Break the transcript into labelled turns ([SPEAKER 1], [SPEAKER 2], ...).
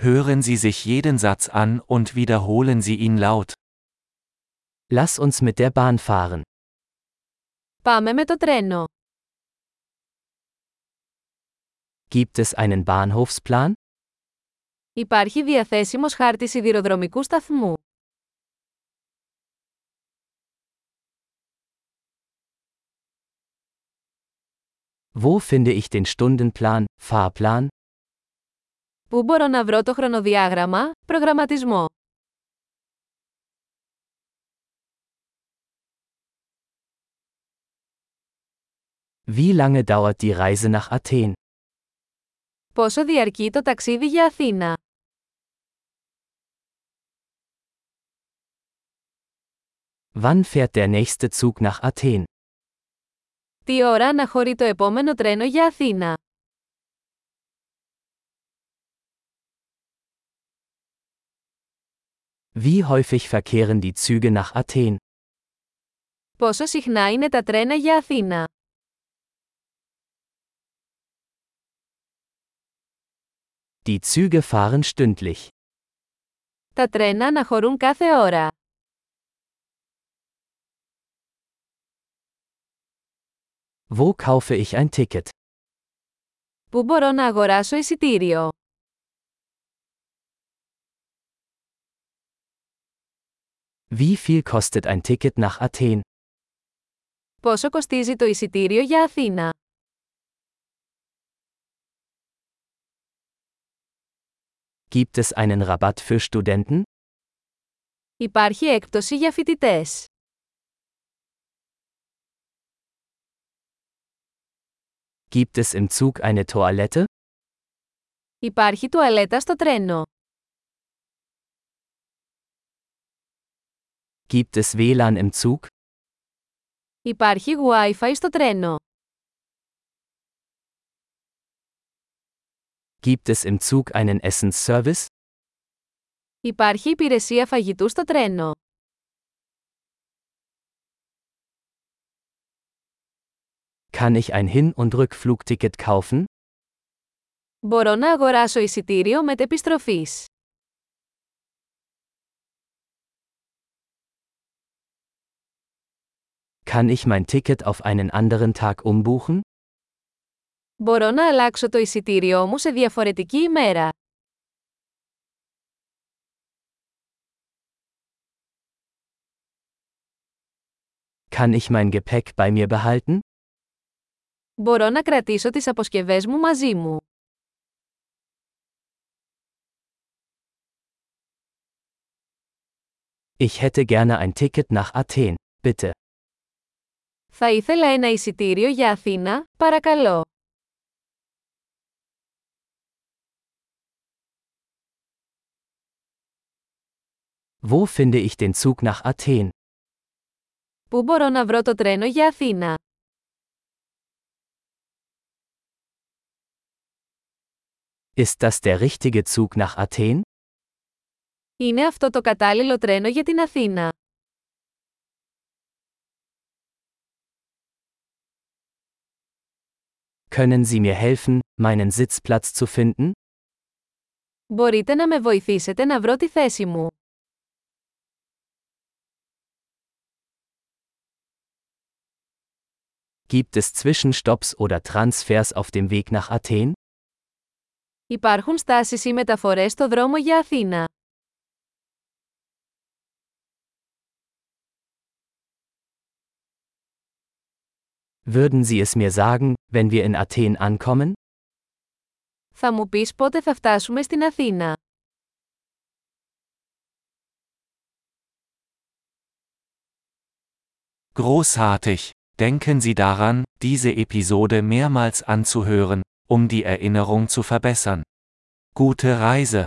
[SPEAKER 1] Hören Sie sich jeden Satz an und wiederholen Sie ihn laut.
[SPEAKER 2] Lass uns mit der Bahn fahren.
[SPEAKER 3] Πάμε με το τρένο.
[SPEAKER 2] Gibt es einen Bahnhofsplan?
[SPEAKER 3] Υπάρχει διαθέσιμος χάρτης σιδηροδρομικού σταθμού.
[SPEAKER 2] Wo finde ich den Stundenplan, Fahrplan?
[SPEAKER 3] Πού μπορώ να βρω το χρονοδιάγραμμα, προγραμματισμό.
[SPEAKER 2] Wie lange dauert die Reise nach Athen?
[SPEAKER 3] Πόσο διαρκεί το ταξίδι για Αθήνα.
[SPEAKER 2] Wann fährt der nächste Zug nach Athen?
[SPEAKER 3] Τι ώρα αναχωρεί το επόμενο τρένο για Αθήνα.
[SPEAKER 2] Wie häufig verkehren die Züge nach Athen?
[SPEAKER 3] Πόσο συχνά είναι τα τρένα για Αθήνα.
[SPEAKER 2] Die Züge fahren stündlich.
[SPEAKER 3] Τα τρένα αναχωρούν κάθε ώρα.
[SPEAKER 2] Wo kaufe ich ein Ticket?
[SPEAKER 3] Πού μπορώ να αγοράσω εισιτήριο.
[SPEAKER 2] Wie viel kostet ein Ticket nach Athen?
[SPEAKER 3] Πόσο κοστίζει το εισιτήριο για Αθήνα.
[SPEAKER 2] Gibt es einen Rabatt für Studenten?
[SPEAKER 3] Υπάρχει έκπτωση για φοιτητέ.
[SPEAKER 2] Gibt es im Zug eine Toilette?
[SPEAKER 3] Υπάρχει τουαλέτα στο τρένο.
[SPEAKER 2] Gibt es WLAN im Zug?
[SPEAKER 3] Υπάρχει Wi-Fi στο τρένο.
[SPEAKER 2] Gibt es im Zug einen Essensservice?
[SPEAKER 3] Υπάρχει υπηρεσία φαγητού στο τρένο.
[SPEAKER 2] Kann ich ein Hin- und Rückflugticket kaufen?
[SPEAKER 3] Μπορώ να αγοράσω εισιτήριο μετεπιστροφής.
[SPEAKER 2] Kann ich mein Ticket auf einen anderen Tag umbuchen?
[SPEAKER 3] Μπορώ να αλλάξω το εισιτήριό μου σε διαφορετική ημέρα.
[SPEAKER 2] Kann ich mein Gepäck bei mir behalten?
[SPEAKER 3] Μπορώ να κρατήσω τις αποσκευές μου μαζί μου.
[SPEAKER 2] Ich hätte gerne ein Ticket nach Athen, bitte.
[SPEAKER 3] Θα ήθελα ένα εισιτήριο για Αθήνα, παρακαλώ.
[SPEAKER 2] Wo finde ich den Zug nach Athen?
[SPEAKER 3] Πού μπορώ να βρω το τρένο για Αθήνα.
[SPEAKER 2] Ist das der richtige Zug nach Athen?
[SPEAKER 3] Είναι αυτό το κατάλληλο τρένο για την Αθήνα.
[SPEAKER 2] Können Sie mir helfen, meinen Sitzplatz zu finden?
[SPEAKER 3] Μπορείτε να με βοηθήσετε να βρω τη θέση μου.
[SPEAKER 2] Gibt es Zwischenstopps oder Transfers auf dem Weg nach Athen?
[SPEAKER 3] Υπάρχουν στάσεις ή μεταφορές στο δρόμο για Αθήνα.
[SPEAKER 2] Würden Sie es mir sagen, wenn wir in Athen ankommen?
[SPEAKER 3] Θα μου πεις πότε θα φτάσουμε στην Αθήνα.
[SPEAKER 1] Großartig! Denken Sie daran, diese Episode mehrmals anzuhören, um die Erinnerung zu verbessern. Gute Reise!